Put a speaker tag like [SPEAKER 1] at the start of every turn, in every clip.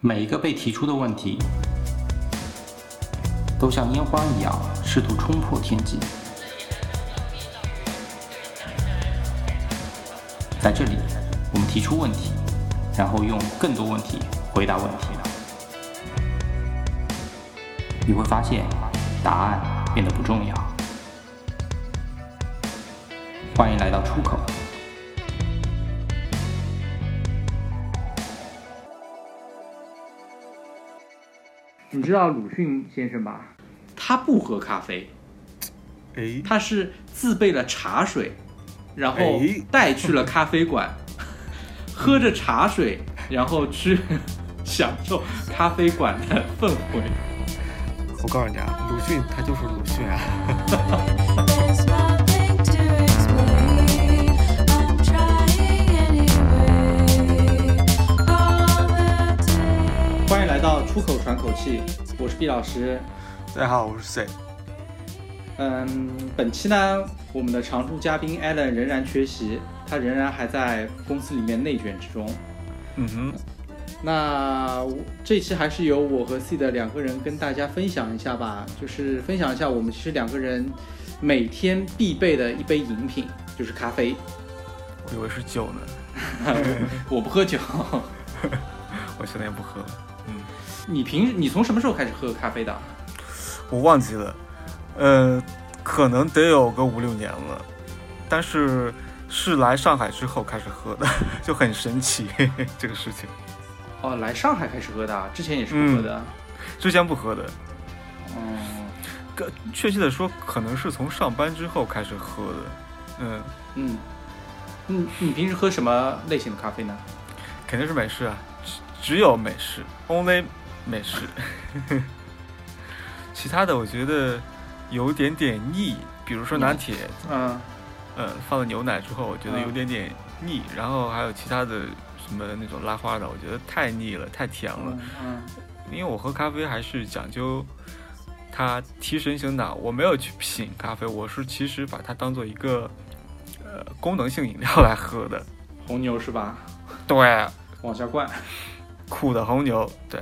[SPEAKER 1] 每一个被提出的问题，都像烟花一样，试图冲破天际。在这里，我们提出问题，然后用更多问题回答问题。你会发现，答案变得不重要。欢迎来到出口。
[SPEAKER 2] 你知道鲁迅先生吧？
[SPEAKER 3] 他不喝咖啡，
[SPEAKER 4] 哎，
[SPEAKER 3] 他是自备了茶水，然后
[SPEAKER 4] 哎
[SPEAKER 3] 带去了咖啡馆，喝着茶水，然后去 享受咖啡馆的氛围。
[SPEAKER 4] 我告诉你啊，鲁迅他就是鲁迅啊。
[SPEAKER 5] There's nothing to explain. I'm trying anyway. All the
[SPEAKER 3] 欢迎来到出口喘口气，我是毕老师。
[SPEAKER 4] 大家好，我是 C。
[SPEAKER 3] 嗯，本期呢，我们的常驻嘉宾 Allen 仍然缺席，他仍然还在公司里面内卷之中。
[SPEAKER 4] 嗯哼，
[SPEAKER 3] 那我这期还是由我和 C 的两个人跟大家分享一下吧，就是分享一下我们其实两个人每天必备的一杯饮品，就是咖啡。
[SPEAKER 4] 我以为是酒呢，
[SPEAKER 3] 我不喝酒，
[SPEAKER 4] 我现在也不喝了，
[SPEAKER 3] 你平你从什么时候开始喝咖啡的？
[SPEAKER 4] 我忘记了，呃，可能得有个五六年了，但是是来上海之后开始喝的， 就很神奇 这个事情，
[SPEAKER 3] 哦，来上海开始喝的啊，之前也是不喝的。
[SPEAKER 4] 之前不喝的，哦
[SPEAKER 3] 嗯
[SPEAKER 4] 更确切的说，可能是从上班之后开始喝的，嗯，
[SPEAKER 3] 嗯嗯，你平时喝什么类型的咖啡呢？
[SPEAKER 4] 肯定是美式啊，只只有美式，only 美式， 其他的我觉得有点点腻，比如说拿铁，
[SPEAKER 3] 嗯
[SPEAKER 4] 呃，放了牛奶之后，我觉得有
[SPEAKER 3] 嗯
[SPEAKER 4] 点点腻，然后还有其他的什么那种拉花的，我觉得太腻了，太甜了
[SPEAKER 3] 嗯，嗯
[SPEAKER 4] 因为我喝咖啡还是讲究。它提神醒脑，我没有去品咖啡，我是其实把它当做一个，呃，功能性饮料来喝的。
[SPEAKER 3] 红牛是吧？
[SPEAKER 4] 对，啊
[SPEAKER 3] 往下灌。
[SPEAKER 4] 苦的红牛，对，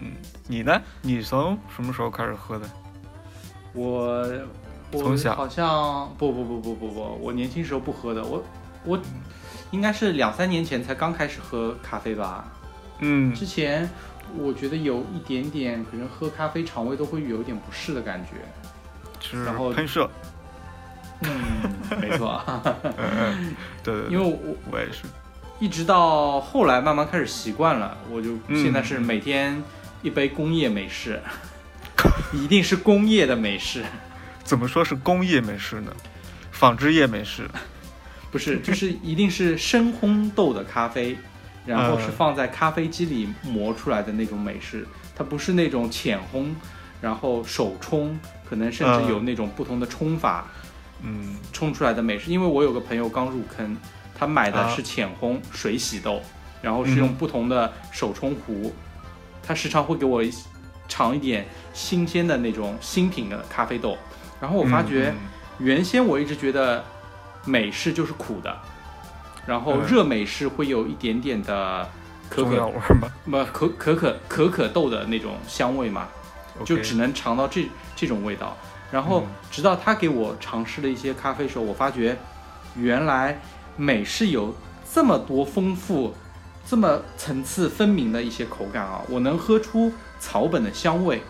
[SPEAKER 4] 嗯，你呢？你从什么时候开始喝的？
[SPEAKER 3] 我我
[SPEAKER 4] 从小
[SPEAKER 3] 好像不不不不不不，我年轻时候不喝的，我我应该是两三年前才刚开始喝咖啡吧。
[SPEAKER 4] 嗯
[SPEAKER 3] 之前我觉得有一点点，可能喝咖啡肠胃都会有一点不适的感觉。
[SPEAKER 4] 是
[SPEAKER 3] 然后
[SPEAKER 4] 喷 射，
[SPEAKER 3] 嗯，没错，
[SPEAKER 4] 嗯嗯，对对对，
[SPEAKER 3] 因为我
[SPEAKER 4] 我也是，
[SPEAKER 3] 一直到后来慢慢开始习惯了，我就
[SPEAKER 4] 嗯
[SPEAKER 3] 现在是每天一杯工业美式， 一定是工业的美式。
[SPEAKER 4] 怎么说是工业美式呢？纺织业美式，
[SPEAKER 3] 不是，就是一定是深烘豆的咖啡，然后是放在咖啡机里磨出来的那种美式，它不是那种浅烘，然后手冲，可能甚至有那种不同的冲法
[SPEAKER 4] 嗯，
[SPEAKER 3] 冲出来的美式。因为我有个朋友刚入坑，他买的
[SPEAKER 4] 啊
[SPEAKER 3] 是浅烘水洗豆，然后是用
[SPEAKER 4] 嗯
[SPEAKER 3] 不同的手冲壶，他时常会给我尝一点新鲜的那种新品的咖啡豆，然 后我发觉。
[SPEAKER 4] 嗯
[SPEAKER 3] 原先我一直觉得美式就是苦的，然后
[SPEAKER 4] 嗯
[SPEAKER 3] 热美式会有一点点的可
[SPEAKER 4] 中药
[SPEAKER 3] 可
[SPEAKER 4] 味儿吗？
[SPEAKER 3] 不可可可可可豆的那种香味嘛，就
[SPEAKER 4] OK
[SPEAKER 3] 只能尝到这这种味道。然后
[SPEAKER 4] 嗯
[SPEAKER 3] 直到他给我尝试了一些咖啡的时候，我发觉原来美式有这么多丰富、这么层次分明的一些口感啊！我能喝出草本的香味，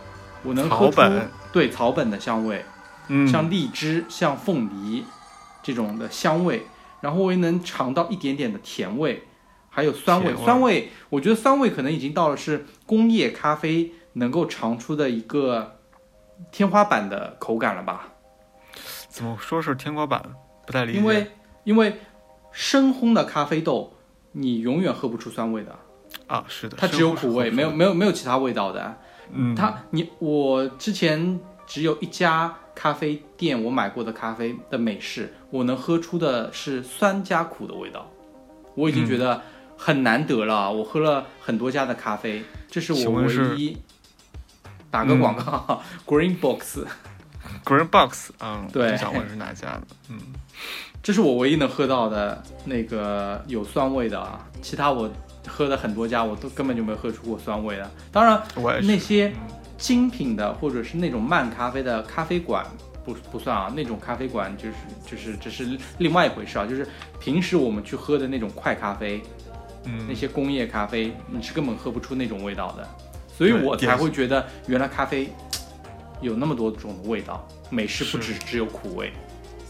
[SPEAKER 3] 我能喝
[SPEAKER 4] 草
[SPEAKER 3] 出
[SPEAKER 4] 本
[SPEAKER 3] 对草本的香味，
[SPEAKER 4] 嗯，
[SPEAKER 3] 像荔枝、像凤梨这种的香味，然后我也能尝到一点点的甜味，还有酸味。
[SPEAKER 4] 甜味
[SPEAKER 3] 酸味，我觉得酸味可能已经到了是工业咖啡能够尝出的一个天花板的口感了吧？
[SPEAKER 4] 怎么说是天花板？不太理解，
[SPEAKER 3] 因为因为深烘的咖啡豆，你永远喝不出酸味的，
[SPEAKER 4] 啊，是的，
[SPEAKER 3] 它只有
[SPEAKER 4] 生
[SPEAKER 3] 苦
[SPEAKER 4] 活
[SPEAKER 3] 味，
[SPEAKER 4] 是
[SPEAKER 3] 没有没有没有其他味道的。
[SPEAKER 4] 嗯，
[SPEAKER 3] 它你我之前只有一家咖啡店我买过的咖啡的美式，我能喝出的是酸加苦的味道，我已经
[SPEAKER 4] 嗯
[SPEAKER 3] 觉得很难得了。我喝了很多家的咖啡，这是
[SPEAKER 4] 请
[SPEAKER 3] 我
[SPEAKER 4] 问是嗯
[SPEAKER 3] 唯一。打个广 告、g r e e n Box，
[SPEAKER 4] Green Box 啊，
[SPEAKER 3] 对
[SPEAKER 4] 就想问是哪家的？嗯，
[SPEAKER 3] 这是我唯一能喝到的那个有酸味的啊，其他我喝的很多家，我都根本就没有喝出过酸味的。当然，
[SPEAKER 4] 我也
[SPEAKER 3] 那
[SPEAKER 4] 是。
[SPEAKER 3] 些精品的或者是那种慢咖啡的咖啡馆不不算啊，那种咖啡馆就是就是这是另外一回事啊，就是平时我们去喝的那种快咖啡，那
[SPEAKER 4] 嗯，
[SPEAKER 3] 些工业咖啡，你是根本喝不出那种味道的，所以
[SPEAKER 4] 对
[SPEAKER 3] 我
[SPEAKER 4] 也
[SPEAKER 3] 才
[SPEAKER 4] 是
[SPEAKER 3] 会觉得原来咖啡有那么多种的味道，美式不只只有苦味。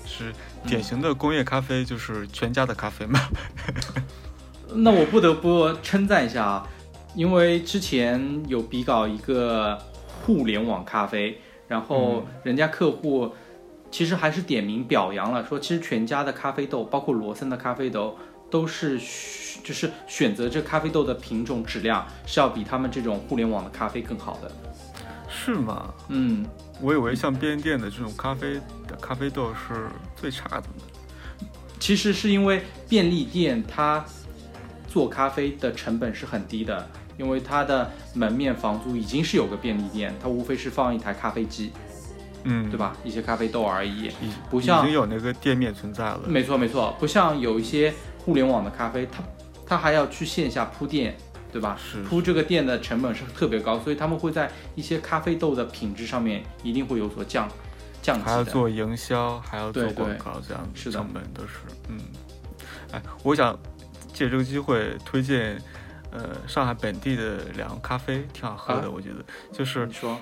[SPEAKER 4] 是
[SPEAKER 3] 嗯
[SPEAKER 4] 典型的工业咖啡，就是全家的咖啡嘛。
[SPEAKER 3] 那我不得不称赞一下啊，因为之前有比稿一个互联网咖啡，然后人家客户其实还是点名表扬了，说其实全家的咖啡豆，包括罗森的咖啡豆。都是选就是选择这咖啡豆的品种质量是要比他们这种互联网的咖啡更好的。
[SPEAKER 4] 是吗？
[SPEAKER 3] 嗯，
[SPEAKER 4] 我以为像便利店的这种咖啡的咖啡豆是最差的呢。
[SPEAKER 3] 其实是因为便利店它做咖啡的成本是很低的，因为它的门面房租已经是有个便利店，它无非是放一台咖啡机，
[SPEAKER 4] 嗯，
[SPEAKER 3] 对？吧？一些咖啡豆而已。
[SPEAKER 4] 已
[SPEAKER 3] 不
[SPEAKER 4] 已
[SPEAKER 3] 像
[SPEAKER 4] 经有那个店面存在了。
[SPEAKER 3] 没错没错，不像有一些互联网的咖啡，它它还要去线下铺店，对吧？
[SPEAKER 4] 是
[SPEAKER 3] 铺这个店的成本是特别高，所以他们会在一些咖啡豆的品质上面一定会有所降降级
[SPEAKER 4] 还要
[SPEAKER 3] 的。
[SPEAKER 4] 做营销，还要做
[SPEAKER 3] 对对
[SPEAKER 4] 广告，这样
[SPEAKER 3] 是的
[SPEAKER 4] 成本都是嗯。哎，我想借这个机会推荐，呃，上海本地的两个咖啡，挺好喝的，
[SPEAKER 3] 啊
[SPEAKER 4] 我觉得就是
[SPEAKER 3] 你说，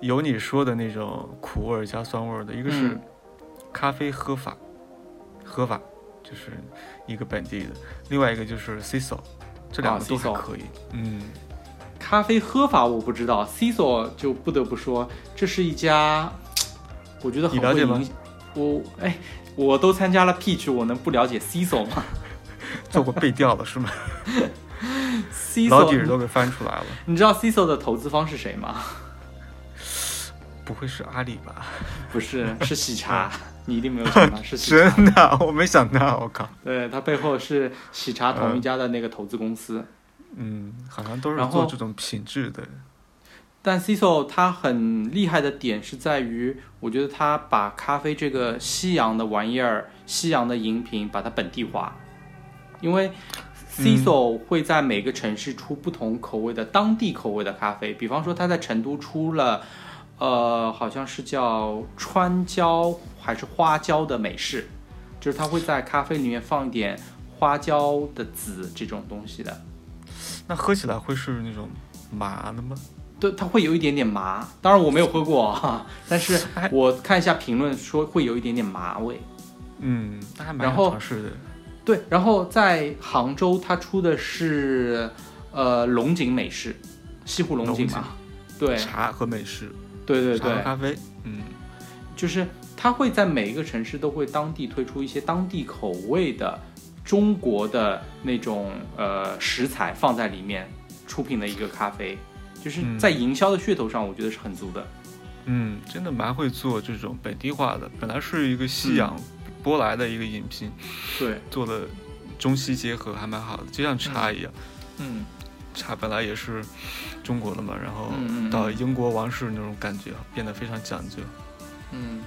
[SPEAKER 4] 有你说的那种苦味儿加酸味儿的，一个是
[SPEAKER 3] 嗯
[SPEAKER 4] 咖啡喝法，喝法就是一个本地的，另外一个就是 CISO，这两
[SPEAKER 3] 啊
[SPEAKER 4] 个都还
[SPEAKER 3] ，Ciso
[SPEAKER 4] 可以，嗯，
[SPEAKER 3] 咖啡喝法我不知道，Ciso 就不得不说，这是一家，我觉得很
[SPEAKER 4] 你了
[SPEAKER 3] 会
[SPEAKER 4] 解吗
[SPEAKER 3] 影响我。哎，我都参加了 Peach，我能不了解 Ciso 吗
[SPEAKER 4] 做过背调了是 吗？老底儿
[SPEAKER 3] ？Ciso，
[SPEAKER 4] 都给翻出来了，
[SPEAKER 3] 你知道 Ciso 的投资方是谁吗？
[SPEAKER 4] 不会是阿里吧？
[SPEAKER 3] 不是，是喜茶。你一定没有想到是喜
[SPEAKER 4] 真
[SPEAKER 3] 茶，
[SPEAKER 4] 的，我没想到，我靠，
[SPEAKER 3] 对，它背后是喜茶同一家的那个投资公司。
[SPEAKER 4] 嗯，好像都是
[SPEAKER 3] 然后
[SPEAKER 4] 做这种品质的，
[SPEAKER 3] 但 Ciso 它很厉害的点是在于，我觉得它把咖啡这个西洋的玩意儿、西洋的饮品，把它本地化。因为 Ciso 会在每个城市出不同口味的、当地口味的咖啡，比方说它在成都出了，呃，好像是叫川椒还是花椒的美式，就是它会在咖啡里面放一点花椒的籽这种东西的。
[SPEAKER 4] 那喝起来会是那种麻的吗？
[SPEAKER 3] 对，它会有一点点麻。当然我没有喝过啊，但是我看一下评论说会有一点点麻味。
[SPEAKER 4] 嗯，那还蛮
[SPEAKER 3] 然
[SPEAKER 4] 想
[SPEAKER 3] 后
[SPEAKER 4] 尝试的，
[SPEAKER 3] 对，然后在杭州，它出的是呃龙井美式，西湖龙井嘛。对
[SPEAKER 4] 茶和美式，
[SPEAKER 3] 对对
[SPEAKER 4] 茶和
[SPEAKER 3] 对，
[SPEAKER 4] 咖啡，嗯，
[SPEAKER 3] 就是它会在每一个城市都会当地推出一些当地口味的中国的那种呃食材放在里面出品的一个咖啡，就是
[SPEAKER 4] 嗯
[SPEAKER 3] 在营销的噱头上，我觉得是很足的。
[SPEAKER 4] 嗯，真的蛮会做这种本地化的。本来是一个西洋舶来的一个饮品，
[SPEAKER 3] 对，
[SPEAKER 4] 做的中西结合还蛮好的，就像茶一样，
[SPEAKER 3] 嗯。
[SPEAKER 4] 茶本来也是中国的嘛，然后
[SPEAKER 3] 嗯嗯嗯
[SPEAKER 4] 到英国王室那种感觉，变得非常讲究。
[SPEAKER 3] 嗯，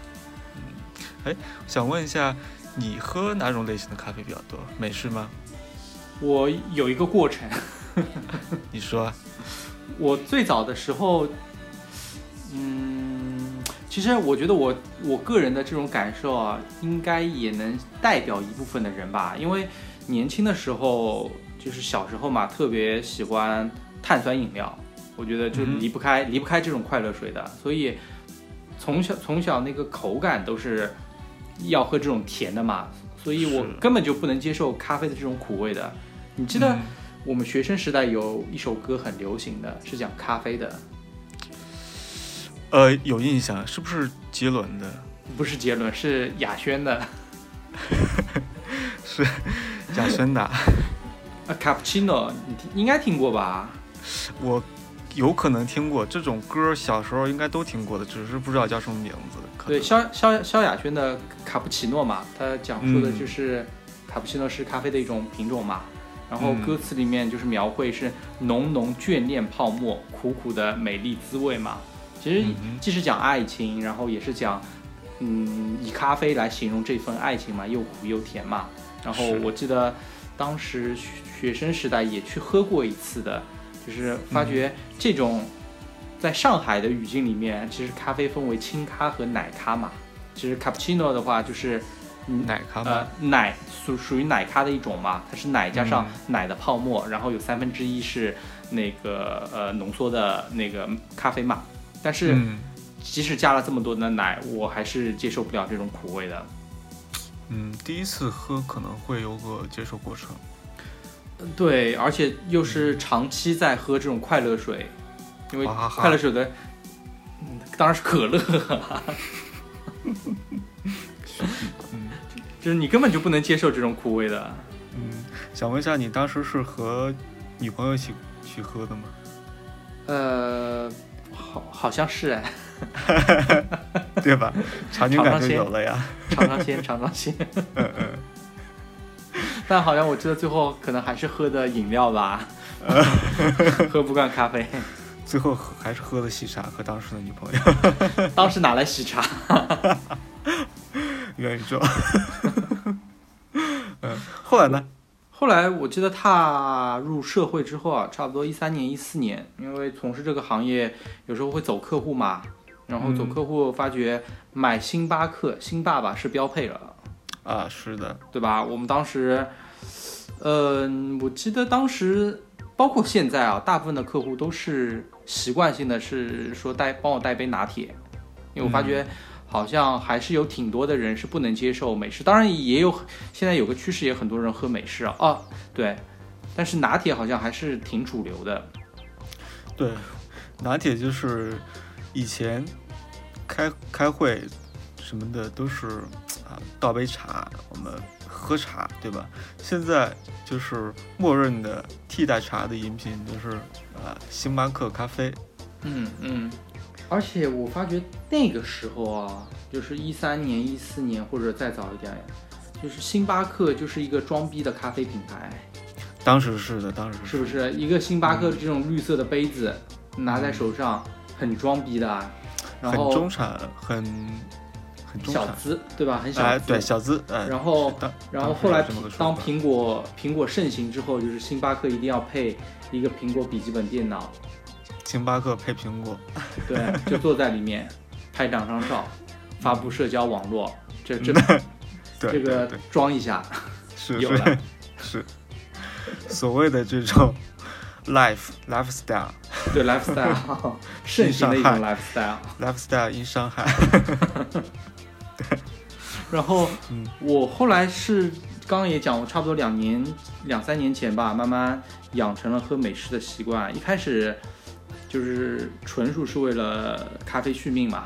[SPEAKER 4] 想问一下，你喝哪种类型的咖啡比较多？美式吗？
[SPEAKER 3] 我有一个过程，
[SPEAKER 4] 你说啊，
[SPEAKER 3] 我最早的时候，嗯，其实我觉得我我个人的这种感受啊，应该也能代表一部分的人吧，因为年轻的时候就是小时候嘛，特别喜欢碳酸饮料，我觉得就
[SPEAKER 4] 嗯
[SPEAKER 3] 离不开、离不开这种快乐水的，所以从小从小那个口感都是要喝这种甜的嘛，所以我
[SPEAKER 4] 是
[SPEAKER 3] 根本就不能接受咖啡的这种苦味的。你记得、
[SPEAKER 4] 嗯
[SPEAKER 3] 我们学生时代有一首歌很流行的，是讲咖啡的，
[SPEAKER 4] 呃，有印象，是不是杰伦的？
[SPEAKER 3] 不是杰伦，是雅轩 的
[SPEAKER 4] 亚森达？
[SPEAKER 3] 呃 Cappuccino，你听应该听过吧？
[SPEAKER 4] 我有可能听过这种歌，小时候应该都听过的，只是不知道叫什么名字。可
[SPEAKER 3] 对，
[SPEAKER 4] 能
[SPEAKER 3] 萧萧萧亚轩的卡布奇诺嘛，他讲述的就是卡布奇诺是咖啡的一种品种嘛。然后
[SPEAKER 4] 嗯
[SPEAKER 3] 歌词里面就是描绘是浓浓眷恋泡沫，苦苦的美丽滋味嘛。其实
[SPEAKER 4] 嗯哼
[SPEAKER 3] 既是讲爱情，然后也是讲，嗯，以咖啡来形容这份爱情嘛，又苦又甜嘛。然后
[SPEAKER 4] 是
[SPEAKER 3] 我记得当时学学生时代也去喝过一次的，就是
[SPEAKER 4] 嗯
[SPEAKER 3] 发觉这种在上海的语境里面，其实咖啡分为轻咖和奶咖嘛。其实 cappuccino 的话就是，嗯，
[SPEAKER 4] 奶咖
[SPEAKER 3] 呃
[SPEAKER 4] 吗？，
[SPEAKER 3] 奶属属于奶咖的一种嘛，它是奶加上
[SPEAKER 4] 嗯
[SPEAKER 3] 奶的泡沫，然后有三分之一是那个呃浓缩的那个咖啡嘛。但是
[SPEAKER 4] 嗯
[SPEAKER 3] 即使加了这么多的奶，我还是接受不了这种苦味的。
[SPEAKER 4] 嗯，第一次喝可能会有个接受过程，
[SPEAKER 3] 嗯对，而且又是长期在喝这种快乐水，因为
[SPEAKER 4] 哇啊哈哈
[SPEAKER 3] 快乐水的，嗯当然是可乐、 就是你根本就不能接受这种苦味的。
[SPEAKER 4] 嗯，想问一下，你当时是和女朋友一起去 喝的吗？
[SPEAKER 3] 呃，好，好像是哎。
[SPEAKER 4] 对吧？场景感就有了呀。
[SPEAKER 3] 尝尝鲜， 尝尝鲜。但好像我记得最后可能还是喝的饮料吧， 喝不惯咖啡，
[SPEAKER 4] 最后喝还是喝了喜茶和当时的女朋友，
[SPEAKER 3] 当时拿来喜茶。
[SPEAKER 4] 元宇宙。 嗯，后来呢？
[SPEAKER 3] 后来我记得踏入社会之后啊，差不多一三年、一四年，因为从事这个行业，有时候会走客户嘛，然后走
[SPEAKER 4] 嗯
[SPEAKER 3] 客户发觉买星巴克、星爸爸是标配了，
[SPEAKER 4] 啊，是的，
[SPEAKER 3] 对吧？我们当时，嗯、我记得当时，包括现在啊，大部分的客户都是习惯性的是说带帮我带杯拿铁，因为我发觉好像还是有挺多的人是不能接受美式，当然也有现在有个趋势，也很多人喝美式啊，啊对，但是拿铁好像还是挺主流的，
[SPEAKER 4] 对，拿铁就是以前开开会什么的都是啊，倒杯茶，我们喝茶，对吧？现在就是默认的替代茶的饮品都是啊，星巴克咖啡。
[SPEAKER 3] 嗯嗯，而且我发觉那个时候啊，就是一三年、一四年或者再早一点，就是星巴克就是一个装逼的咖啡品牌，
[SPEAKER 4] 当时是的，当时
[SPEAKER 3] 是不是？一个星巴克这种绿色的杯子拿在手上，很装逼的啊，然
[SPEAKER 4] 很
[SPEAKER 3] 后
[SPEAKER 4] 中产，很很中
[SPEAKER 3] 小
[SPEAKER 4] 产。
[SPEAKER 3] 资对吧？很小资。
[SPEAKER 4] 哎，对，小资，哎，
[SPEAKER 3] 然后
[SPEAKER 4] 嗯是当
[SPEAKER 3] 然后
[SPEAKER 4] 当时
[SPEAKER 3] 后来
[SPEAKER 4] 有这么个说
[SPEAKER 3] 当
[SPEAKER 4] 法
[SPEAKER 3] 苹果苹果盛行之后，就是星巴克一定要配一个苹果笔记本电脑，
[SPEAKER 4] 星巴克配苹果，
[SPEAKER 3] 对，就坐在里面拍两张照，发布社交网络，这这
[SPEAKER 4] 嗯对
[SPEAKER 3] 这个
[SPEAKER 4] 对对
[SPEAKER 3] 装一下
[SPEAKER 4] 是
[SPEAKER 3] 有
[SPEAKER 4] 是
[SPEAKER 3] 了
[SPEAKER 4] 是，所谓的这种 life lifestyle
[SPEAKER 3] 对 lifestyle 盛行的一种 lifestyle。
[SPEAKER 4] lifestyle in 上海，
[SPEAKER 3] 然后
[SPEAKER 4] 嗯
[SPEAKER 3] 我后来是刚刚也讲，我差不多两年两三年前吧，慢慢养成了喝美式的习惯。一开始就是纯属是为了咖啡续命嘛，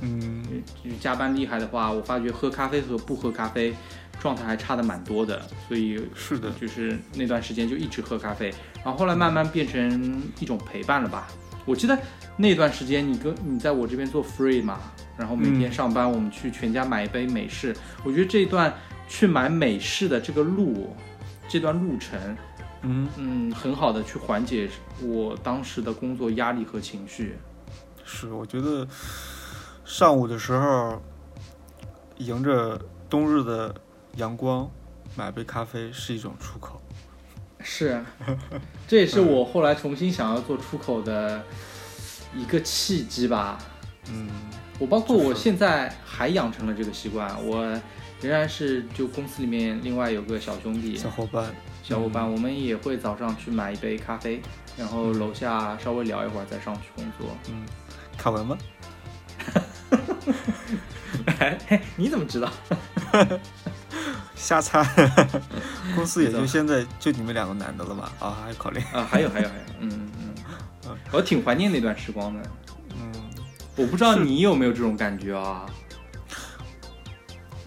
[SPEAKER 4] 嗯，
[SPEAKER 3] 就是加班厉害的话，我发觉喝咖啡和不喝咖啡状态还差的蛮多的，所以
[SPEAKER 4] 是的，
[SPEAKER 3] 就是那段时间就一直喝咖啡，然后后来慢慢变成一种陪伴了吧。我记得那段时间你跟你在我这边做 free 嘛，然后每天
[SPEAKER 4] 嗯
[SPEAKER 3] 上班我们去全家买一杯美式，我觉得这一段去买美式的这个路，这段路程，
[SPEAKER 4] 嗯，
[SPEAKER 3] 嗯，很好的去缓解我当时的工作压力和情绪。
[SPEAKER 4] 是，我觉得上午的时候，迎着冬日的阳光，买杯咖啡是一种出口，
[SPEAKER 3] 是，这也是我后来重新想要做出口的一个契机吧。
[SPEAKER 4] 嗯，
[SPEAKER 3] 我包括我
[SPEAKER 4] 就是
[SPEAKER 3] 现在还养成了这个习惯，我仍然是就公司里面另外有个小嗯兄弟、
[SPEAKER 4] 小伙伴，
[SPEAKER 3] 小伙伴，我们也会早上去买一杯咖啡，然后楼下稍微聊一会儿再上去工作。
[SPEAKER 4] 嗯，凯文吗？
[SPEAKER 3] 哎， 你怎么知道？
[SPEAKER 4] 瞎 猜，公司也
[SPEAKER 3] 没
[SPEAKER 4] 就
[SPEAKER 3] 错
[SPEAKER 4] 现在就你们两个男的了吧？啊，还有考虑，
[SPEAKER 3] 啊，还有还有还有，嗯嗯嗯
[SPEAKER 4] 嗯，
[SPEAKER 3] 我挺怀念那段时光的。
[SPEAKER 4] 嗯，
[SPEAKER 3] 我不知道
[SPEAKER 4] 是
[SPEAKER 3] 你有没有这种感觉啊？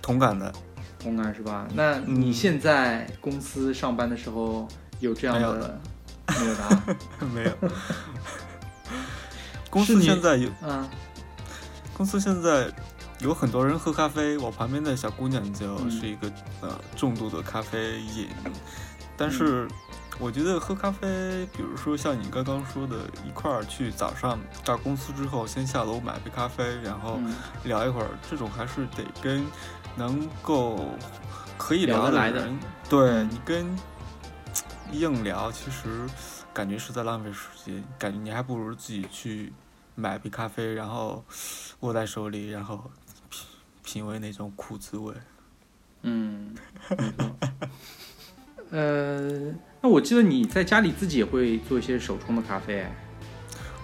[SPEAKER 4] 同感的，
[SPEAKER 3] 同啊感是吧？那
[SPEAKER 4] 嗯
[SPEAKER 3] 你现在公司上班的时候有这样
[SPEAKER 4] 没有
[SPEAKER 3] 的没有的 啊？
[SPEAKER 4] 没有。公
[SPEAKER 3] 是
[SPEAKER 4] 司
[SPEAKER 3] 你
[SPEAKER 4] 现在有
[SPEAKER 3] 嗯，
[SPEAKER 4] 公司现在有很多人喝咖啡，我旁边的小姑娘就是一个、呃重度的咖啡瘾，但是我觉得喝咖啡，比如说像你刚刚说的，一块儿去早上到公司之后，先下楼买杯咖啡，然后
[SPEAKER 3] 嗯
[SPEAKER 4] 聊一会儿，这种还是得跟能够可以
[SPEAKER 3] 聊得
[SPEAKER 4] 聊
[SPEAKER 3] 来的
[SPEAKER 4] 人，对
[SPEAKER 3] 嗯
[SPEAKER 4] 你跟硬聊，其实感觉是在浪费时间，感觉你还不如自己去买杯咖啡，然后握在手里，然后品品味那种苦滋味。
[SPEAKER 3] 嗯，没错呃，那我记得你在家里自己也会做一些手冲的咖啡，哎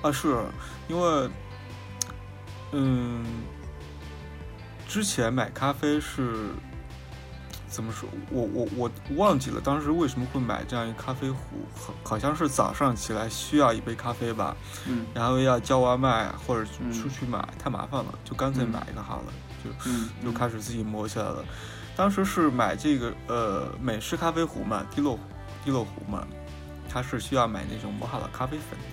[SPEAKER 4] 啊，是因为，嗯，之前买咖啡是怎么说？我我我忘记了当时为什么会买这样一个咖啡壶，好好像是早上起来需要一杯咖啡吧，
[SPEAKER 3] 嗯
[SPEAKER 4] 然后要叫外卖或者
[SPEAKER 3] 嗯
[SPEAKER 4] 出去买，太麻烦了，就干脆
[SPEAKER 3] 嗯
[SPEAKER 4] 买一个好了，就
[SPEAKER 3] 嗯，
[SPEAKER 4] 就开始自己磨起来了。当时是买这个呃美式咖啡壶嘛，滴漏滴漏壶嘛，它是需要买那种磨好的咖啡粉的。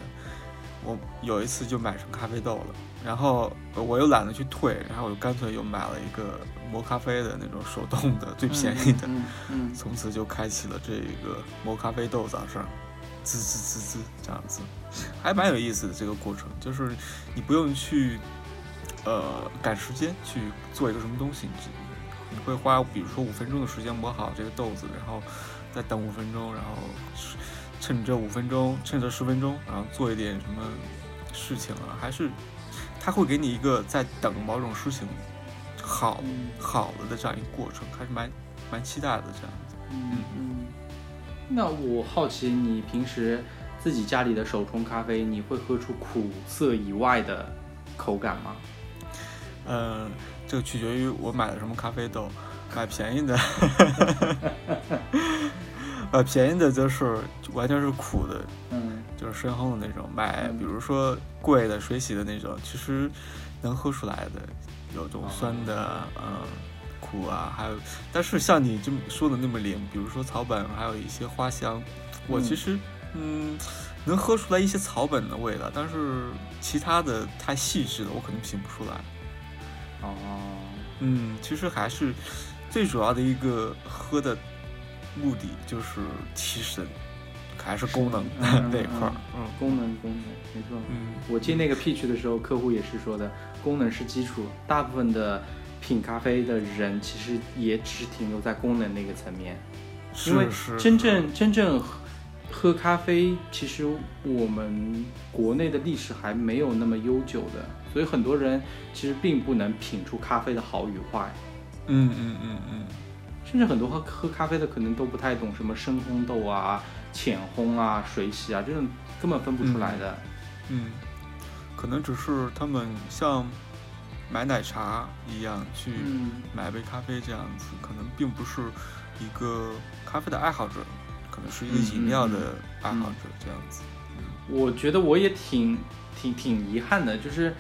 [SPEAKER 4] 我有一次就买成咖啡豆了，然后呃我又懒得去退，然后我就干脆又买了一个磨咖啡的那种手动的最
[SPEAKER 3] 最
[SPEAKER 4] 便宜的，
[SPEAKER 3] 嗯嗯
[SPEAKER 4] 从此就开启了这个磨咖啡豆早上滋滋滋滋这样子，还蛮有意思的这个过程，就是你不用去呃赶时间去做一个什么东西，你只你会花比如说五分钟的时间磨好这个豆子，然后再等五分钟，然后是趁这五分钟，趁这十分钟，然后做一点什么事情啊，还是他会给你一个在等某种事情好
[SPEAKER 3] 嗯
[SPEAKER 4] 好了的这样一个过程，还是蛮蛮期待的这样子。
[SPEAKER 3] 嗯嗯。那我好奇，你平时自己家里的手冲咖啡，你会喝出苦涩以外的口感吗？
[SPEAKER 4] 嗯，这个取决于我买的什么咖啡豆，买便宜的， 买便宜的就是完全是苦的，
[SPEAKER 3] 嗯
[SPEAKER 4] 就是深烘的那种。买
[SPEAKER 3] 嗯
[SPEAKER 4] 比如说贵的水洗的那种，其实能喝出来的，有种酸的，嗯，苦啊，还有，但是像你这么说的那么灵，比如说草本，还有一些花香，我
[SPEAKER 3] 嗯
[SPEAKER 4] 其实，嗯。能喝出来一些草本的味道，但是其他的太细致了，我可能品不出来。
[SPEAKER 3] 哦，
[SPEAKER 4] 嗯，其实还是最主要的一个喝的目的就是提神，还是功能
[SPEAKER 3] 嗯
[SPEAKER 4] 那一块儿。嗯
[SPEAKER 3] 功能功能，没错。
[SPEAKER 4] 嗯
[SPEAKER 3] 我进那个 Peach 的时候，客户也是说的，功能是基础，大部分的品咖啡的人其实也只是停留在功能那个层面，因为
[SPEAKER 4] 是是
[SPEAKER 3] 真正真正喝喝咖啡，其实我们国内的历史还没有那么悠久的，所以很多人其实并不能品出咖啡的好与坏，
[SPEAKER 4] 嗯嗯嗯嗯
[SPEAKER 3] 甚至很多喝喝咖啡的可能都不太懂什么深烘豆啊、浅烘啊、水洗啊，这种根本分不出来的。
[SPEAKER 4] 嗯，可能只是他们像买奶茶一样去
[SPEAKER 3] 嗯
[SPEAKER 4] 买杯咖啡这样子，可能并不是一个咖啡的爱好者，可能是一个
[SPEAKER 3] 嗯嗯
[SPEAKER 4] 饮料
[SPEAKER 3] 嗯
[SPEAKER 4] 的爱好
[SPEAKER 3] 嗯
[SPEAKER 4] 者这样子。
[SPEAKER 3] 我觉得我也挺挺挺遗憾的，就是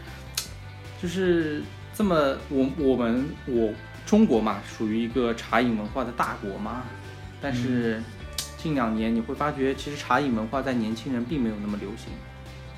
[SPEAKER 3] 就是这么我我们我中国嘛，属于一个茶饮文化的大国嘛，但是近两年你会发觉，其实茶饮文化在年轻人并没有那么流行，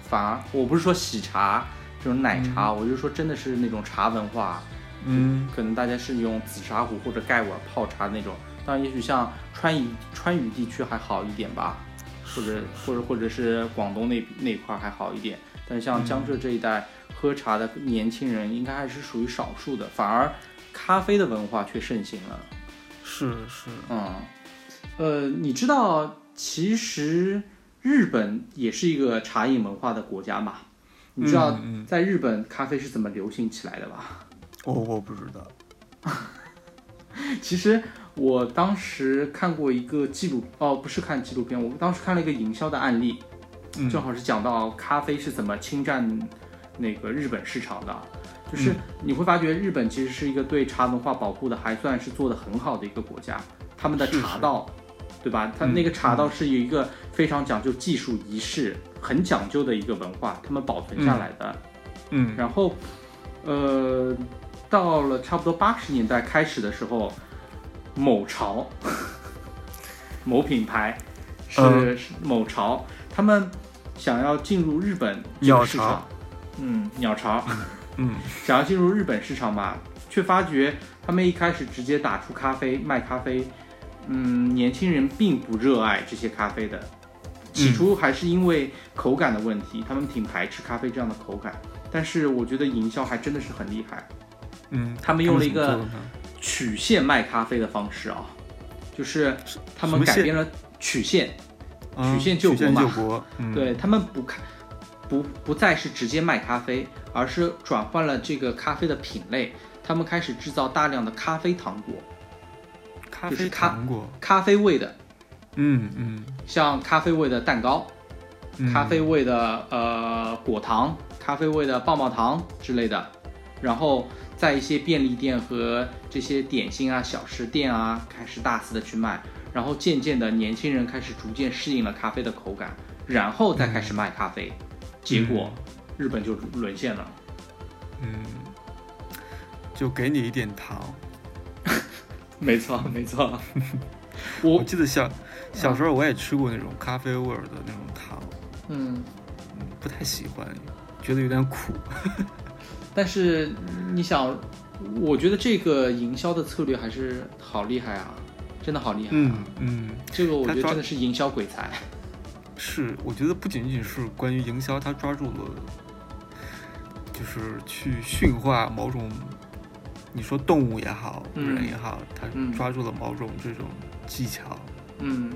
[SPEAKER 3] 反而我不是说喜茶这种奶茶，我就说真的是那种茶文化，
[SPEAKER 4] 嗯
[SPEAKER 3] 可能大家是用紫砂壶或者盖碗泡茶那种，当然也许像川渝川渝地区还好一点吧，或者或者或者是广东那那一块儿还好一点，但是像江浙这一带、喝茶的年轻人应该还是属于少数的，反而咖啡的文化却盛行了。
[SPEAKER 4] 是是，
[SPEAKER 3] 嗯，呃，你知道其实日本也是一个茶饮文化的国家嘛？你知道
[SPEAKER 4] 嗯嗯
[SPEAKER 3] 在日本咖啡是怎么流行起来的吧？
[SPEAKER 4] 我我不知道。
[SPEAKER 3] 其实我当时看过一个纪录，哦，不是看纪录片，我当时看了一个营销的案例，
[SPEAKER 4] 嗯
[SPEAKER 3] 正好是讲到咖啡是怎么侵占那个日本市场的。就是
[SPEAKER 4] 嗯
[SPEAKER 3] 你会发觉，日本其实是一个对茶文化保护的还算是做得很好的一个国家。他们的
[SPEAKER 4] 是
[SPEAKER 3] 茶
[SPEAKER 4] 是
[SPEAKER 3] 道，对吧？他
[SPEAKER 4] 嗯
[SPEAKER 3] 那个茶道是有一个非常讲究技术仪式、很讲究的一个文化，他们保存下来的。
[SPEAKER 4] 嗯
[SPEAKER 3] 然后，呃，到了差不多八十年代开始的时候，某潮 某品牌是、
[SPEAKER 4] 嗯
[SPEAKER 3] 是某潮，他们想要进入日本这
[SPEAKER 4] 鸟
[SPEAKER 3] 个市
[SPEAKER 4] 巢
[SPEAKER 3] 场，嗯，鸟巢
[SPEAKER 4] 嗯
[SPEAKER 3] 想要进入日本市场吧，却发觉他们一开始直接打出咖啡卖咖啡，嗯，年轻人并不热爱这些咖啡的。起初还是因为口感的问题，他们挺排斥咖啡这样的口感。但是我觉得营销还真的是很厉害，
[SPEAKER 4] 嗯，
[SPEAKER 3] 他们用了一个
[SPEAKER 4] 怎么做的呢
[SPEAKER 3] 曲线卖咖啡的方式啊，就是他
[SPEAKER 4] 什
[SPEAKER 3] 们
[SPEAKER 4] 么
[SPEAKER 3] 改
[SPEAKER 4] 线
[SPEAKER 3] 变了曲线，
[SPEAKER 4] 嗯
[SPEAKER 3] 曲线救
[SPEAKER 4] 曲
[SPEAKER 3] 国
[SPEAKER 4] 线
[SPEAKER 3] 嘛
[SPEAKER 4] 救国，嗯，
[SPEAKER 3] 对他们不看不不再是直接卖咖啡，而是转换了这个咖啡的品类，他们开始制造大量的咖啡糖果，
[SPEAKER 4] 咖
[SPEAKER 3] 就是
[SPEAKER 4] 啡
[SPEAKER 3] 咖
[SPEAKER 4] 糖果，
[SPEAKER 3] 咖啡味的，
[SPEAKER 4] 嗯嗯
[SPEAKER 3] 像咖啡味的蛋糕、
[SPEAKER 4] 嗯，
[SPEAKER 3] 咖啡味的呃果糖、咖啡味的棒棒糖之类的，然后在一些便利店和这些点心啊、小吃店啊开始大肆的去卖，然后渐渐的年轻人开始逐渐适应了咖啡的口感，然后再开始卖咖啡，结果日本就沦陷了。
[SPEAKER 4] 嗯，就给你一点糖。
[SPEAKER 3] 没错，没错。
[SPEAKER 4] 我
[SPEAKER 3] 我
[SPEAKER 4] 记得小小时候我也吃过那种咖啡味儿的那种糖，
[SPEAKER 3] 嗯，
[SPEAKER 4] 嗯，不太喜欢，觉得有点苦。
[SPEAKER 3] 但是你想，我觉得这个营销的策略还是好厉害啊，真的好厉害、啊。
[SPEAKER 4] 嗯 嗯，
[SPEAKER 3] 这个我觉得
[SPEAKER 4] 他抓
[SPEAKER 3] 真的是营销鬼才。
[SPEAKER 4] 是，我觉得不仅仅是关于营销，他抓住了，就是去驯化某种，你说动物也好，
[SPEAKER 3] 嗯
[SPEAKER 4] 人也好，他
[SPEAKER 3] 嗯
[SPEAKER 4] 抓住了某种这种技巧，
[SPEAKER 3] 嗯，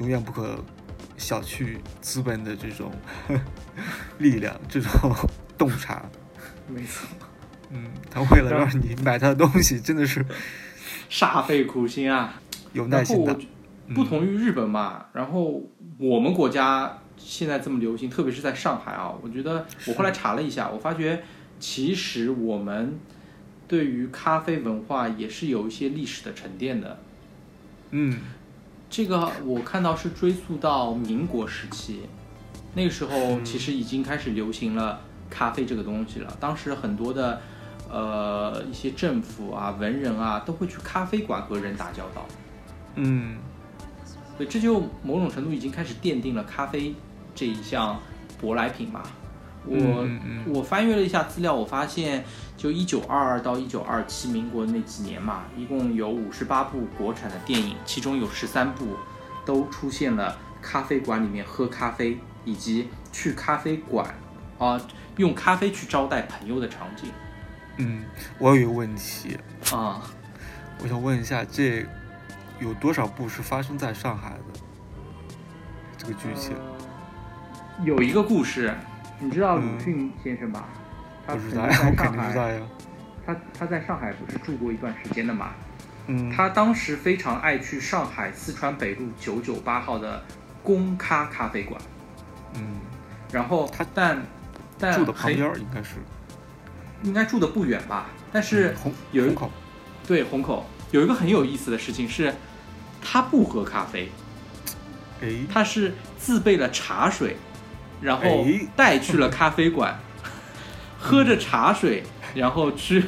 [SPEAKER 4] 永远不可小觑资本的这种 力量，这种 洞察。
[SPEAKER 3] 没错，
[SPEAKER 4] 嗯，他为了让你买他的东西，真的是
[SPEAKER 3] 煞费苦心啊。
[SPEAKER 4] 有耐
[SPEAKER 3] 然后
[SPEAKER 4] 心
[SPEAKER 3] 我
[SPEAKER 4] 的
[SPEAKER 3] 觉。
[SPEAKER 4] 嗯
[SPEAKER 3] 不同于日本嘛，然后我们国家现在这么流行，特别是在上海啊，我觉得我后来查了一下，我发觉其实我们对于咖啡文化也是有一些历史的沉淀的。
[SPEAKER 4] 嗯
[SPEAKER 3] 这个我看到是追溯到民国时期，那个时候
[SPEAKER 4] 嗯
[SPEAKER 3] 其实已经开始流行了咖啡这个东西了。当时很多的呃一些政府啊、文人啊都会去咖啡馆和人打交道，
[SPEAKER 4] 嗯
[SPEAKER 3] 所以这就某种程度已经开始奠定了咖啡这一项舶来品嘛。我、
[SPEAKER 4] 嗯嗯嗯
[SPEAKER 3] 我翻阅了一下资料，我发现就一九二二到一九二七民国那几年嘛，一共有五十八部国产的电影，其中有十三部都出现了咖啡馆里面喝咖啡以及去咖啡馆啊、用咖啡去招待朋友的场景
[SPEAKER 4] 嗯，我有一个问题，
[SPEAKER 3] 啊、
[SPEAKER 4] 我想问一下，这有多少部是发生在上海的？这个剧情
[SPEAKER 2] 有
[SPEAKER 3] 有一个故事，
[SPEAKER 2] 你知道鲁
[SPEAKER 4] 嗯
[SPEAKER 2] 迅先生吧？他
[SPEAKER 3] 呃
[SPEAKER 4] 不
[SPEAKER 2] 曾
[SPEAKER 4] 知
[SPEAKER 2] 经
[SPEAKER 4] 道
[SPEAKER 2] 在
[SPEAKER 4] 呀，我肯
[SPEAKER 2] 上
[SPEAKER 4] 定知道
[SPEAKER 2] 海，
[SPEAKER 4] 呀。
[SPEAKER 2] 他他在上海不是住过一段时间的嘛？
[SPEAKER 4] 嗯，
[SPEAKER 3] 他当时非常爱去上海四川北路九九八号的公咖咖啡馆，
[SPEAKER 4] 嗯
[SPEAKER 3] 然后
[SPEAKER 4] 他
[SPEAKER 3] 但但
[SPEAKER 4] 住的旁
[SPEAKER 3] 很
[SPEAKER 4] 边儿应该是
[SPEAKER 3] 应该住的不远吧？但是
[SPEAKER 4] 虹
[SPEAKER 3] 有一
[SPEAKER 4] 虹口。
[SPEAKER 3] 对虹口有一个很有意思的事情是，他不喝咖啡，
[SPEAKER 4] 哎，
[SPEAKER 3] 他是自备了茶水，然后
[SPEAKER 4] 哎嗯
[SPEAKER 3] 带去了咖啡 馆，喝着茶水，然后去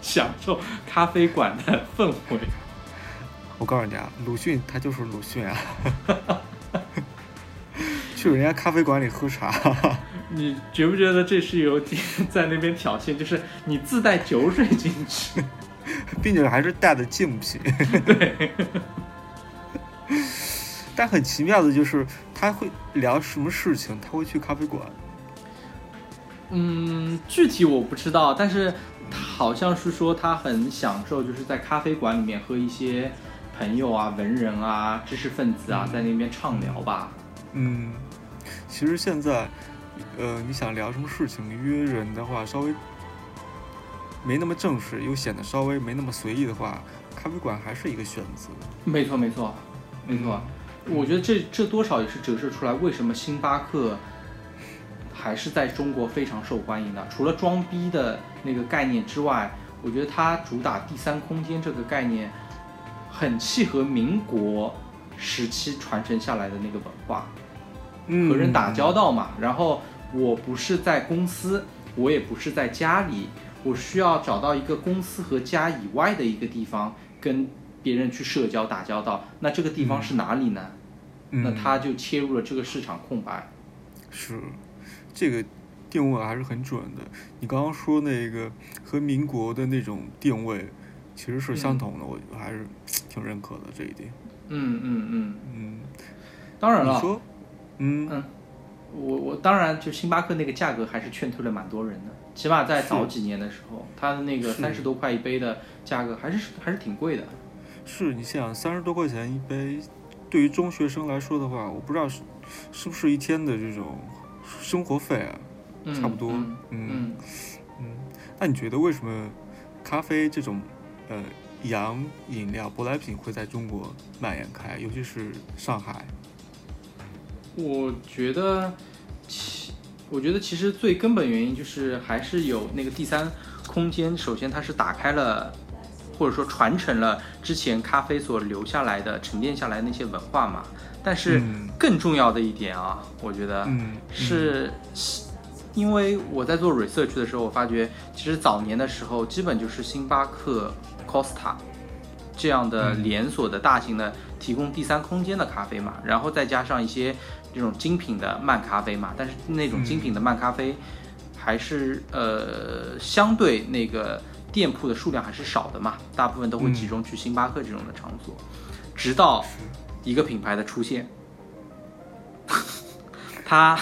[SPEAKER 3] 享受咖啡馆的氛围。
[SPEAKER 4] 我告诉你啊，鲁迅他就是鲁迅啊， 去人家咖啡馆里喝茶，
[SPEAKER 3] 你觉不觉得这是有点 在那边挑衅？就是你自带酒水进去，
[SPEAKER 4] 并且还是带的竞品。
[SPEAKER 3] 对，
[SPEAKER 4] 但很奇妙的就是，他会聊什么事情，他会去咖啡馆。
[SPEAKER 3] 嗯，具体我不知道，但是他好像是说他很享受，就是在咖啡馆里面和一些朋友啊、文人啊、知识分子啊在那边畅聊吧。
[SPEAKER 4] 嗯，其实现在，呃，你想聊什么事情，约人的话，稍微没那么正式，又显得稍微没那么随意的话，咖啡馆还是一个选择。
[SPEAKER 3] 没错，没错，没错。我觉得这这多少也是折射出来为什么星巴克还是在中国非常受欢迎的。除了装逼的那个概念之外，我觉得它主打第三空间这个概念，很契合民国时期传承下来的那个文化。
[SPEAKER 4] 嗯
[SPEAKER 3] 和人打交道嘛。然后我不是在公司，我也不是在家里，我需要找到一个公司和家以外的一个地方跟别人去社交打交道。那这个地方是哪里呢？
[SPEAKER 4] 嗯，
[SPEAKER 3] 那他就切入了这个市场空白。
[SPEAKER 4] 是这个定位还是很准的。你刚刚说那个和民国的那种定位其实是相
[SPEAKER 3] 嗯
[SPEAKER 4] 同的，我还是 挺认可的这一点。
[SPEAKER 3] 嗯嗯嗯，
[SPEAKER 4] 嗯，
[SPEAKER 3] 当然
[SPEAKER 4] 你
[SPEAKER 3] 了，
[SPEAKER 4] 说，嗯
[SPEAKER 3] 嗯我我当然就星巴克那个价格还是劝退了蛮多人的，起码在早几年的时候，它的那个
[SPEAKER 4] 是
[SPEAKER 3] 三十多块一杯的价格还是还是挺贵的。
[SPEAKER 4] 是你想三十多块钱一杯，对于中学生来说的话，我不知道是是不是一天的这种生活费啊？
[SPEAKER 3] 嗯
[SPEAKER 4] 差不多
[SPEAKER 3] 嗯
[SPEAKER 4] 嗯
[SPEAKER 3] 嗯
[SPEAKER 4] 那你觉得为什么咖啡这种呃洋饮料舶来品会在中国蔓延开，尤其是上海？
[SPEAKER 3] 我觉得其我觉得其实最根本原因就是还是有那个第三空间，首先它是打开了。或者说传承了之前咖啡所留下来的、沉淀下来的那些文化嘛，但是
[SPEAKER 4] 嗯
[SPEAKER 3] 更重要的一点啊，我觉得，
[SPEAKER 4] 嗯，
[SPEAKER 3] 是是因为我在做 research 的时候，我发觉其实早年的时候，基本就是星巴克、Costa 这样的
[SPEAKER 4] 嗯
[SPEAKER 3] 连锁的大型的提供第三空间的咖啡嘛，然后再加上一些这种精品的慢咖啡嘛，但是那
[SPEAKER 4] 嗯
[SPEAKER 3] 种精品的慢咖啡还是、呃相对那个店铺的数量还是少的嘛，大部分都会集中去星巴克这种的场所，直到一个品牌的出现， 它。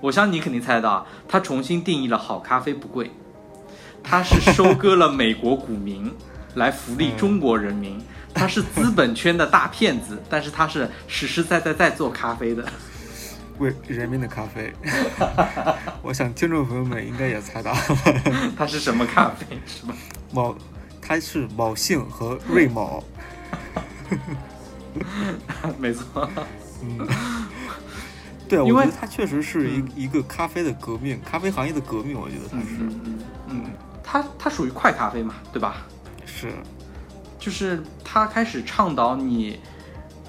[SPEAKER 3] 我相信你肯定猜得到啊，它重新定义了好咖啡不贵，它是收割了美国股民来福利中国人民，它是资本圈的大骗子，但是它是实实在在在做咖啡的。
[SPEAKER 4] 为人民的咖啡。 我想听众朋友们应该也猜到 了，
[SPEAKER 3] 它是什么咖啡？是吧？
[SPEAKER 4] 某它是某信和瑞某。
[SPEAKER 3] 嗯没错，
[SPEAKER 4] 对，我
[SPEAKER 3] 因为
[SPEAKER 4] 觉得它确实是一一个咖啡的革命，咖啡行业的革命，我觉得它是、
[SPEAKER 3] 嗯嗯，它它属于快咖啡嘛，对吧？
[SPEAKER 4] 是，
[SPEAKER 3] 就是他开始倡导你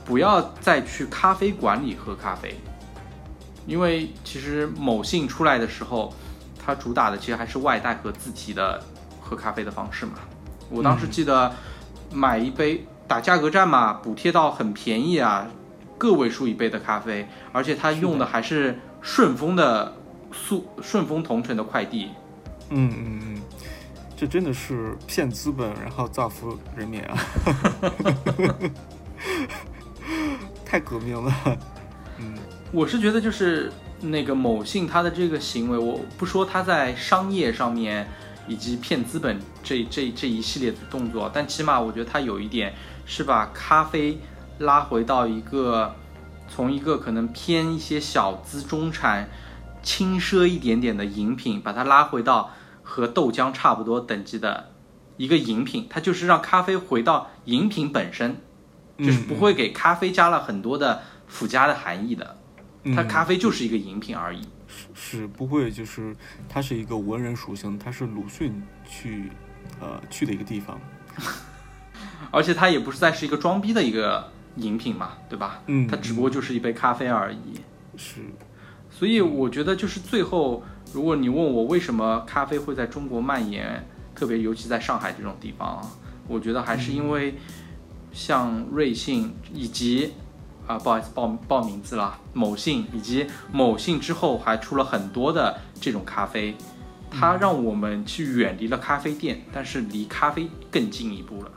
[SPEAKER 3] 不要再去咖啡馆里喝咖啡，因为其实某信出来的时候，它主打的其实还是外带和自提的喝咖啡的方式嘛。我当时记得买一杯打价格战嘛，补贴到很便宜啊，个位数一杯的咖啡，而且它用的还是顺丰的速顺丰同城的快递，
[SPEAKER 4] 嗯嗯嗯，这真的是骗资本，然后造福人民 啊，太革命了。嗯
[SPEAKER 3] 我是觉得就是那个某信他的这个行为，我不说他在商业上面以及骗资本这这这一系列的动作，但起码我觉得他有一点是把咖啡拉回到一个从一个可能偏一些小资中产轻奢一点点的饮品，把它拉回到和豆浆差不多等级的一个饮品，它就是让咖啡回到饮品本身，就是不会给咖啡加了很多的附加的含义的。它
[SPEAKER 4] 嗯
[SPEAKER 3] 咖啡就是一个饮品而已。
[SPEAKER 4] 是不会，就是它是一个文人属性，它是鲁迅去呃去的一个地方。
[SPEAKER 3] 而且它也不是再是一个装逼的一个饮品嘛，对吧？
[SPEAKER 4] 嗯
[SPEAKER 3] 它只不过就是一杯咖啡而已。
[SPEAKER 4] 是，
[SPEAKER 3] 所以我觉得就是最后，如果你问我为什么咖啡会在中国蔓延，特别尤其在上海这种地方，我觉得还是因为像瑞幸以及啊、不好意思报报名字啦，某信以及某信之后还出了很多的这种咖啡，它让我们去远离了咖啡店，但是离咖啡更进一步了。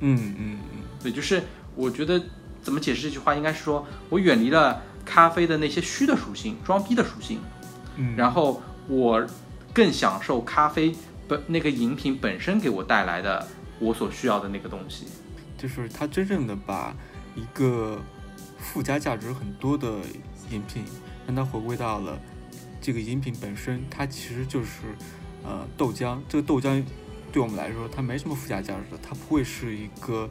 [SPEAKER 4] 嗯嗯嗯，
[SPEAKER 3] 对，就是我觉得怎么解释这句话，应该是说我远离了咖啡的那些虚的属性、装逼的属性，
[SPEAKER 4] 嗯
[SPEAKER 3] 然后我更享受咖啡本那个饮品本身给我带来的我所需要的那个东西。
[SPEAKER 4] 就是它真正的把一个附加价值很多的饮品，让它回归到了这个饮品本身，它其实就是呃豆浆。这个豆浆对我们来说，它没什么附加价值的，它不会是一个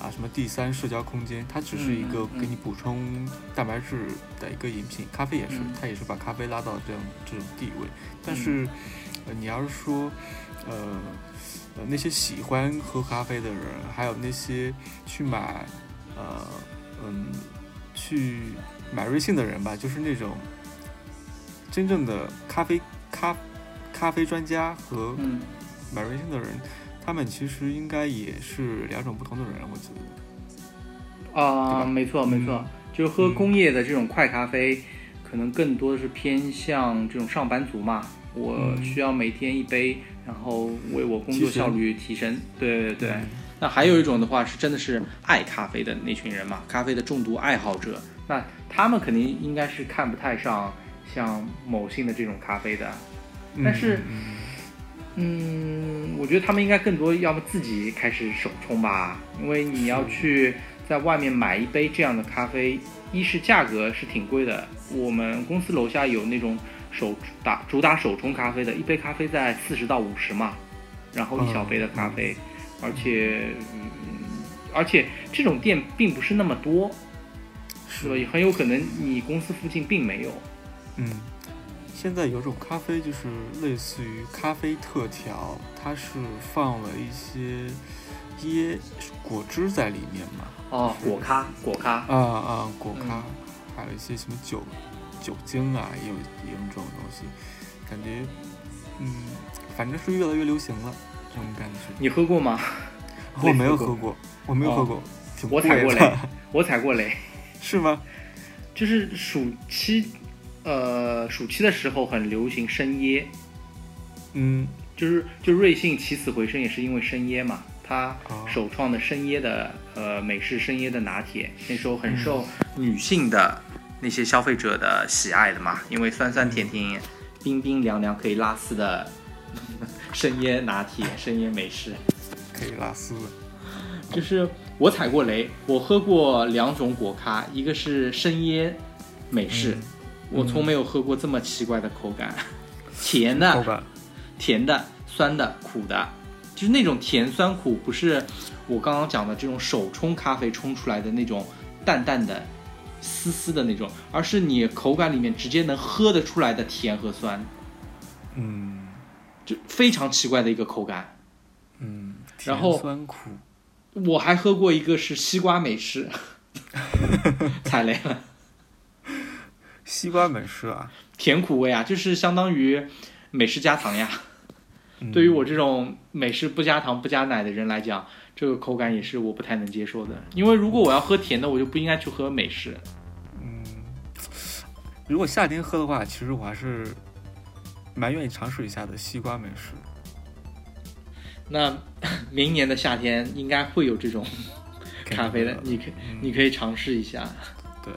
[SPEAKER 4] 啊什么第三社交空间，它只是一个
[SPEAKER 3] 嗯嗯
[SPEAKER 4] 给你补充蛋白质的一个饮品。咖啡也是
[SPEAKER 3] 嗯，
[SPEAKER 4] 它也是把咖啡拉到这样这种地位。但是、呃你要是说呃。呃，那些喜欢喝咖啡的人，还有那些去买，呃，嗯，去买瑞幸的人吧，就是那种真正的咖啡咖咖啡专家和
[SPEAKER 3] 嗯，
[SPEAKER 4] 买瑞幸的人，他们其实应该也是两种不同的人，我觉得。
[SPEAKER 2] 啊、
[SPEAKER 4] 对吧嗯
[SPEAKER 2] 没错没错，就喝工业的这种快咖啡，可能更多的是偏向这种上班族嘛。我
[SPEAKER 4] 嗯
[SPEAKER 2] 需要每天一杯，然后为我工作
[SPEAKER 4] 提升
[SPEAKER 2] 效率提升。对对对，
[SPEAKER 4] 嗯
[SPEAKER 3] 那还有一种的话是真的是爱咖啡的那群人嘛，咖啡的重度爱好者。
[SPEAKER 2] 那他们肯定应该是看不太上像某信的这种咖啡的。但是
[SPEAKER 4] 嗯
[SPEAKER 2] 嗯，我觉得他们应该更多要么自己开始手冲吧，因为你要去在外面买一杯这样的咖啡，一是价格是挺贵的，我们公司楼下有那种手打主打手冲咖啡的，一杯咖啡在四十到五十嘛，然后一小杯的咖啡，而且、嗯而且这种店并不是那么多，是吧？也很有可能你公司附近并没有。
[SPEAKER 4] 嗯，现在有种咖啡就是类似于咖啡特调，它是放了一些椰果汁在里面嘛，
[SPEAKER 2] 哦，果咖，果咖，
[SPEAKER 4] 啊啊，果
[SPEAKER 2] 嗯
[SPEAKER 4] 咖，还有一些什么酒酒精啊，也有也有这种东西，感觉嗯，反正是越来越流行了，这种感觉。哦
[SPEAKER 2] 你喝过 吗？
[SPEAKER 4] 我没有喝过，我没有喝过，挺
[SPEAKER 2] 哦我
[SPEAKER 4] 贵
[SPEAKER 2] 踩过雷
[SPEAKER 4] 的，，
[SPEAKER 2] 我踩过雷，
[SPEAKER 4] 是吗？
[SPEAKER 2] 就是暑期，呃，暑期的时候很流行生椰，
[SPEAKER 4] 嗯，
[SPEAKER 2] 就是就瑞幸起死回生也是因为生椰嘛，他
[SPEAKER 4] 哦
[SPEAKER 2] 首创的生椰的呃美式生椰的拿铁，那时候很受女性的那些消费者的喜爱的嘛，因为酸酸甜甜、冰冰凉凉可以拉丝的 生椰拿铁、生椰美式。
[SPEAKER 4] 可以拉丝了。
[SPEAKER 3] 就是我踩过雷，我喝过两种果咖，一个是生椰美式，我从没有喝过这么奇怪的口感，甜
[SPEAKER 4] 好
[SPEAKER 3] 的、
[SPEAKER 4] 吧，
[SPEAKER 3] 甜的、酸的、苦的，就是那种甜酸苦，不是我刚刚讲的这种手冲咖啡冲出来的那种淡淡的、丝丝的那种，而是你口感里面直接能喝得出来的甜和酸，
[SPEAKER 4] 嗯
[SPEAKER 3] 就非常奇怪的一个口感。
[SPEAKER 4] 嗯，
[SPEAKER 3] 然
[SPEAKER 4] 甜
[SPEAKER 3] 后
[SPEAKER 4] 酸苦，
[SPEAKER 3] 我还喝过一个是西瓜美式， 踩雷了。
[SPEAKER 4] 西瓜美式啊，
[SPEAKER 3] 甜苦味啊，就是相当于美式加糖 呀。
[SPEAKER 4] 嗯
[SPEAKER 3] 对于我这种美式不加糖不加奶的人来讲，这个口感也是我不太能接受的。因为如果我要喝甜的，我就不应该去喝美式。
[SPEAKER 4] 嗯，如果夏天喝的话，其实我还是蛮愿意尝试一下的西瓜美式。
[SPEAKER 3] 那 明年的夏天应该会有这种咖啡 的，你可你可以尝试一下。
[SPEAKER 4] 嗯对，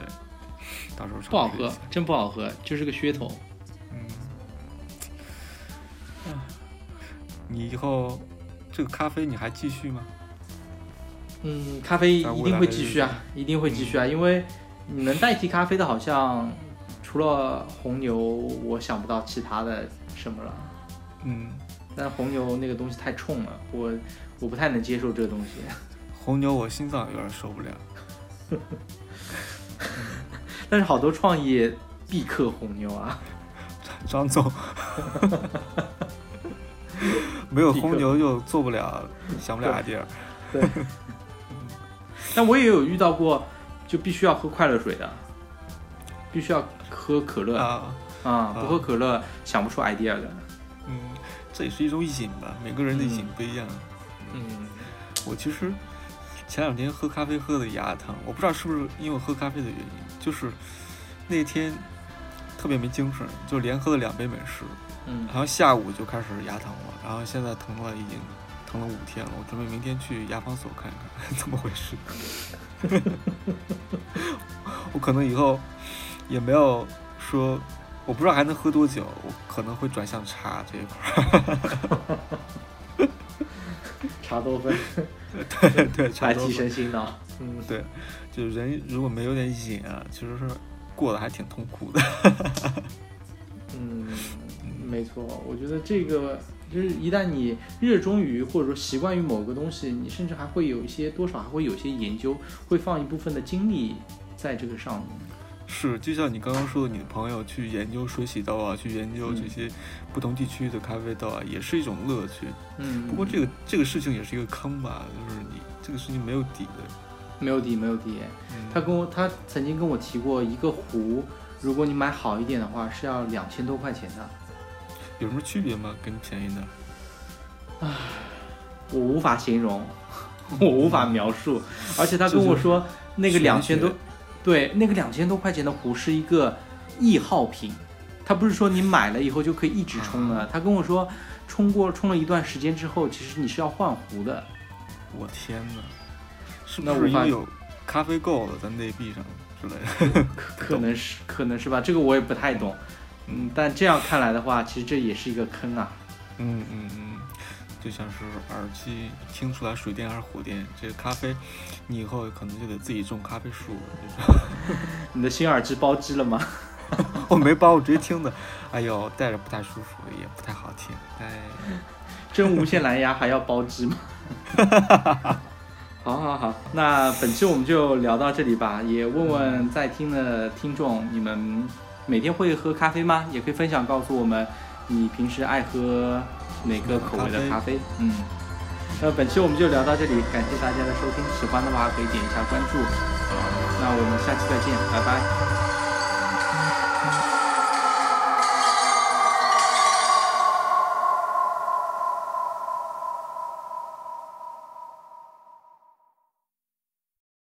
[SPEAKER 4] 到时候尝试一下
[SPEAKER 3] 不好喝，真不好喝，就是个噱头。
[SPEAKER 4] 嗯，你以后这个咖啡你还继续吗？
[SPEAKER 3] 嗯，咖啡
[SPEAKER 4] 在
[SPEAKER 3] 一
[SPEAKER 4] 未
[SPEAKER 3] 定
[SPEAKER 4] 来
[SPEAKER 3] 会
[SPEAKER 4] 的
[SPEAKER 3] 继
[SPEAKER 4] 日嗯
[SPEAKER 3] 续啊，一定会继续啊，因为你能代替咖啡的，好像除了红牛，我想不到其他的什么了。
[SPEAKER 4] 嗯，
[SPEAKER 3] 但红牛那个东西太冲了，我我不太能接受这个东西。
[SPEAKER 4] 红牛我心脏有点受不了。
[SPEAKER 3] 但是好多创意必克红牛啊，
[SPEAKER 4] 张 总，没有
[SPEAKER 3] 立刻
[SPEAKER 4] 红牛就做不了，想不了 idea。
[SPEAKER 3] 但我也有遇到过，就必须要喝快乐水的，必须要喝可乐啊
[SPEAKER 4] 啊，
[SPEAKER 3] 不喝可乐想不出 idea 的。
[SPEAKER 4] 嗯，这也是一种瘾吧，每个人的瘾不一样。
[SPEAKER 3] 嗯，
[SPEAKER 4] 我其实前两天喝咖啡喝的牙疼，我不知道是不是因为我喝咖啡的原因，就是那天特别没精神，就连喝了两杯美式，
[SPEAKER 3] 嗯
[SPEAKER 4] 然后下午就开始牙疼了，然后现在疼了已经疼了五天了，我准备明天去牙防所看一看 怎么回事。 我可能以后也没有说，我不知道还能喝多久，我可能会转向茶这一块儿。
[SPEAKER 3] 茶多酚
[SPEAKER 4] 对 对， 茶
[SPEAKER 3] 来
[SPEAKER 4] 多酚
[SPEAKER 3] 提神醒脑。嗯，
[SPEAKER 4] 对，就人如果没有点瘾啊，其实是过得还挺痛苦的。
[SPEAKER 3] 嗯，没错，我觉得这个就是一旦你热衷于或者说习惯于某个东西，你甚至还会有一些多少还会有一些研究，会放一部分的精力在这个上面。
[SPEAKER 4] 是，就像你刚刚说的，你的朋友去研究水洗豆啊，去研究这
[SPEAKER 3] 嗯
[SPEAKER 4] 些不同地区的咖啡豆啊，也是一种乐趣。
[SPEAKER 3] 嗯，
[SPEAKER 4] 不过这个这个事情也是一个坑吧，就是你这个事情没有底的。
[SPEAKER 3] 没有底，没有底。
[SPEAKER 4] 嗯
[SPEAKER 3] 他跟我，他曾经跟我提过，一个壶，如果你买好一点的话，是要两千多块钱的。
[SPEAKER 4] 有什么区别吗？跟便宜的？
[SPEAKER 3] 我无法形容，我无法描述。而且他跟我说，那个两
[SPEAKER 4] 嗯玄学
[SPEAKER 3] 千多，对，那个两千多块钱的壶是一个易耗品，他不是说你买了以后就可以一直冲
[SPEAKER 4] 啊
[SPEAKER 3] 的。他跟我说，冲过冲了一段时间之后，其实你是要换壶的。
[SPEAKER 4] 我天哪！是
[SPEAKER 3] 那
[SPEAKER 4] 不
[SPEAKER 3] 我
[SPEAKER 4] 是因
[SPEAKER 3] 发
[SPEAKER 4] 为有咖啡垢了在内壁上之类的？
[SPEAKER 3] 可能是可能是吧，这个我也不太懂。嗯，但这样看来的话，其实这也是一个坑啊。
[SPEAKER 4] 嗯嗯嗯，就像是耳机听出来水电还是火电。这个咖啡，你以后可能就得自己种咖啡树了。
[SPEAKER 3] 你的新耳机包机了吗？
[SPEAKER 4] 我没包，我直接听的。哎呦，戴着不太舒服，也不太好听。哎，
[SPEAKER 3] 真无线蓝牙还要包机 吗？好好好，那本期我们就聊到这里吧。也问问在听的听众，你们每天会喝咖啡吗？也可以分享告诉我们，你平时爱喝哪个口味的咖啡？嗯，那本期我们就聊到这里，感谢大家的收听。喜欢的话可以点一下关注。那我们下期再见，拜拜。